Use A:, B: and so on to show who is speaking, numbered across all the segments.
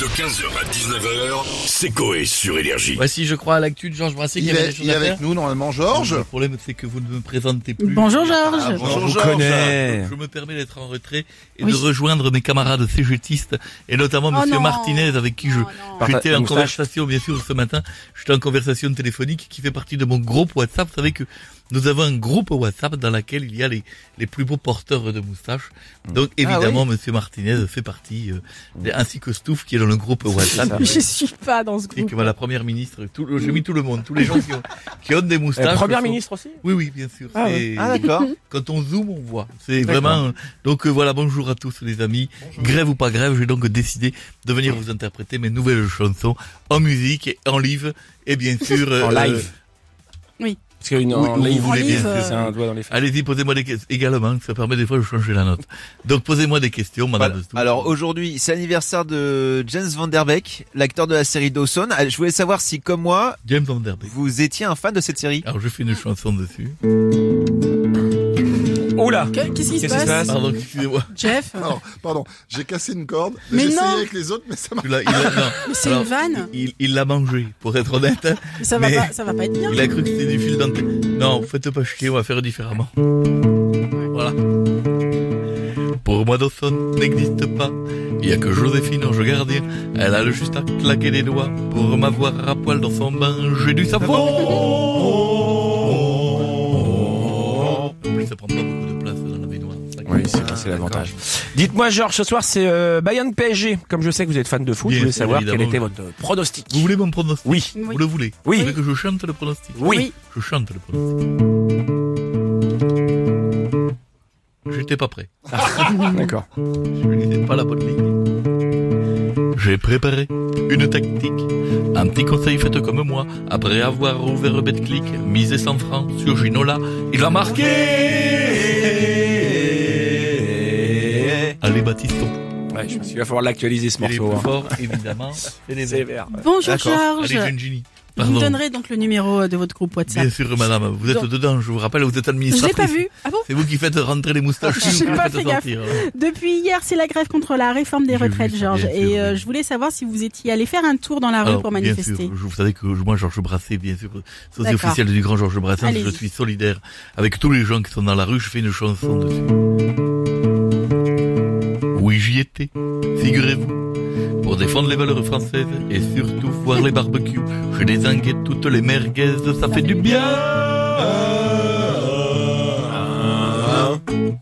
A: De 15h à 19h, c'est Coé sur Énergie.
B: Voici, je crois, l'actu de Georges Brassé qui
C: Il
B: avait des
C: est,
B: choses
C: il est
B: à
D: Euh,
B: faire.
C: avec nous normalement, Georges.
B: Le problème, c'est que vous ne me présentez plus.
E: Bonjour Georges.
C: Ah, bonjour,
B: Je vous
C: Georges.
B: connais. Je me permets d'être en retrait et
E: Oui.
B: de rejoindre mes camarades cégétistes et notamment
E: Oh
B: Monsieur
E: non. Oh
B: Martinez avec qui je
E: Non,
D: Par-
B: j'étais
E: non.
B: en
D: moustache.
B: conversation bien sûr ce matin. J'étais en conversation téléphonique qui fait partie de mon groupe WhatsApp. Vous savez que nous avons un groupe WhatsApp dans lequel il y a les les plus beaux porteurs de moustaches.
D: Mm.
B: Donc
E: Ah
B: évidemment Monsieur Martinez fait partie euh, ainsi que Stouff qui est dans le groupe WhatsApp.
E: Je suis pas dans ce
B: Ah, Et
E: groupe.
B: que la première ministre, tout, le- j'ai mis tout le monde, tous les gens qui ont, qui ont des moustaches.
D: Euh, première
B: sont-
D: ministre aussi
B: Oui, oui, bien sûr.
D: Ah,
B: C'est-
D: d'accord.
B: Quand on zoome, on voit. C'est
D: D'accord.
B: vraiment. Donc euh, voilà, bonjour à tous les amis. Grève ou pas grève, j'ai donc décidé de venir vous interpréter mes nouvelles chansons en musique, et en live et bien sûr
D: En
B: euh,
D: live.
E: Oui.
D: Parce qu'une
B: Oui,
D: en
B: vous
D: live,
B: voulez
E: En live,
B: bien
E: euh,
B: sûr.
D: c'est un doigt dans les fesses.
B: Allez-y, posez-moi des questions. Également, ça permet des fois de changer la note. Donc posez-moi des questions, Madame.
F: Voilà.
B: de Stout.
F: Alors aujourd'hui, c'est l'anniversaire de James Van Der Beek, l'acteur de la série Dawson. Ah, Je voulais savoir si, comme moi,
B: James Van Der Beek.
F: vous étiez un fan de cette série.
B: Alors je fais une chanson dessus.
D: Oula
E: Que- Qu'est-ce qui se
D: Qu'est-ce qui se
E: passe
D: passe
B: Pardon, excusez-moi.
E: Jeff
C: Alors, pardon, j'ai cassé une corde.
E: Mais
C: J'ai essayé
E: non.
C: avec les autres, mais ça m'a.
B: Il a- il a- non.
E: Mais c'est
B: Alors,
E: une vanne.
B: Il il l'a mangé, pour être honnête. hein.
E: Mais ça va
B: mais-
E: pas ça va pas être bien.
B: Il a cru que c'était du fil d'antenne. Non, faites pas chier, on va faire différemment. Voilà. Pour moi, Dawson n'existe pas. Il y a que Joséphine, ange gardien. Elle a le juste à claquer les doigts pour m'avoir à poil dans son bain. J'ai du savon. En plus, ça prend pas beaucoup de place dans la baignoire. Ça
D: Oui,
B: compte.
D: c'est ça, c'est l'avantage. Dites-moi, Georges, ce soir, c'est euh, Bayern PSG. Comme je sais que vous êtes fan de foot,
B: Bien
D: je voulais
B: sûr,
D: savoir quel
B: évidemment.
D: était votre euh, pronostic.
B: Vous voulez mon pronostic
D: Oui.
E: Oui.
B: Vous le voulez
D: Oui.
B: Vous voulez que je chante le pronostic
D: Oui.
B: Je chante le pronostic. J'étais pas prêt.
D: D'accord.
B: Je lisais pas la bonne ligne. J'ai préparé une tactique. Un petit conseil fait comme moi. Après avoir ouvert Betclic, misé 100 francs sur Ginola, il va marquer. Allez, Baptiston.
D: Ouais, je pense qu'il va falloir l'actualiser ce
B: Il est
D: morceau.
B: plus
D: hein.
B: fort, évidemment. C'est les verts.
D: Sévère.
E: Bonjour
B: Allez,
E: Georges.
B: jeune Ginny.
E: Vous me
B: Pardon.
E: donnerez donc le numéro euh, de votre groupe WhatsApp.
B: Bien sûr, madame. Vous êtes
E: Donc-
B: dedans, je vous rappelle, vous êtes
E: Je l'ai
B: administratrice.
E: pas vu. Ah bon
B: C'est vous qui faites rentrer les moustaches.
E: J'ai
B: c'est vous qui
E: pas
B: faites
E: fait gaffe.
B: sortir. hein.
E: Depuis hier, c'est la grève contre la réforme des
B: J'ai
E: retraites,
B: vu ça,
E: Georges.
B: bien sûr,
E: Et euh,
B: oui.
E: je voulais savoir si vous étiez allé faire un tour dans la rue
B: Alors,
E: pour
B: bien
E: manifester.
B: sûr, je- vous savez que je- moi, Georges Brassens, bien sûr, sosie
E: D'accord.
B: officiel du grand Georges Brassens,
E: Allez-y.
B: je suis solidaire avec tous les gens qui sont dans la rue, je fais une chanson dessus. Oui, j'y étais, figurez-vous, pour défendre les valeurs françaises et surtout voir les barbecues. Je désinguais toutes les merguez, ça fait du bien Ah.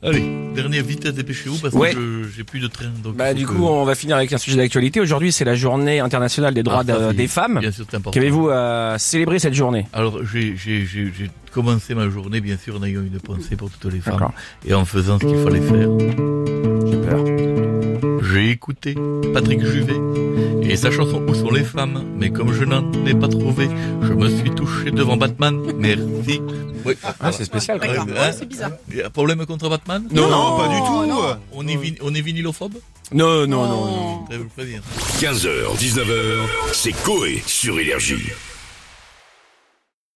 B: Allez, dernière vitesse, dépêchez-vous parce
D: Ouais.
B: que je- j'ai plus de train. Donc
D: Bah,
B: il
D: du
B: faut
D: coup,
B: que-
D: on va finir avec un sujet d'actualité. Aujourd'hui, c'est la journée internationale des droits
B: Ah, ça,
D: de-
B: c'est-
D: des femmes.
B: Bien sûr, c'est important.
D: Qu'avez-vous à célébrer cette journée
B: Alors j'ai j'ai j'ai j'ai commencé ma journée bien sûr en ayant une pensée pour toutes les femmes
D: D'accord.
B: et en faisant ce qu'il fallait faire.
D: J'ai peur.
B: J'ai écouté Patrick Juvet et sa chanson Où sont les femmes Mais comme je n'en ai pas trouvé, je me suis touché devant Batman. Merci. Oui.
D: Ah, c'est spécial. quand même.
E: D'accord.
B: Ouais,
E: Ouais,
B: ouais.
E: C'est bizarre.
B: Il y a un problème contre Batman
D: Non, non,
C: pas du tout.
B: On est vin- on est vinylophobe
D: Non, non, non. non.
B: Très bien.
A: 15h, 19h, c'est Coé sur Énergie.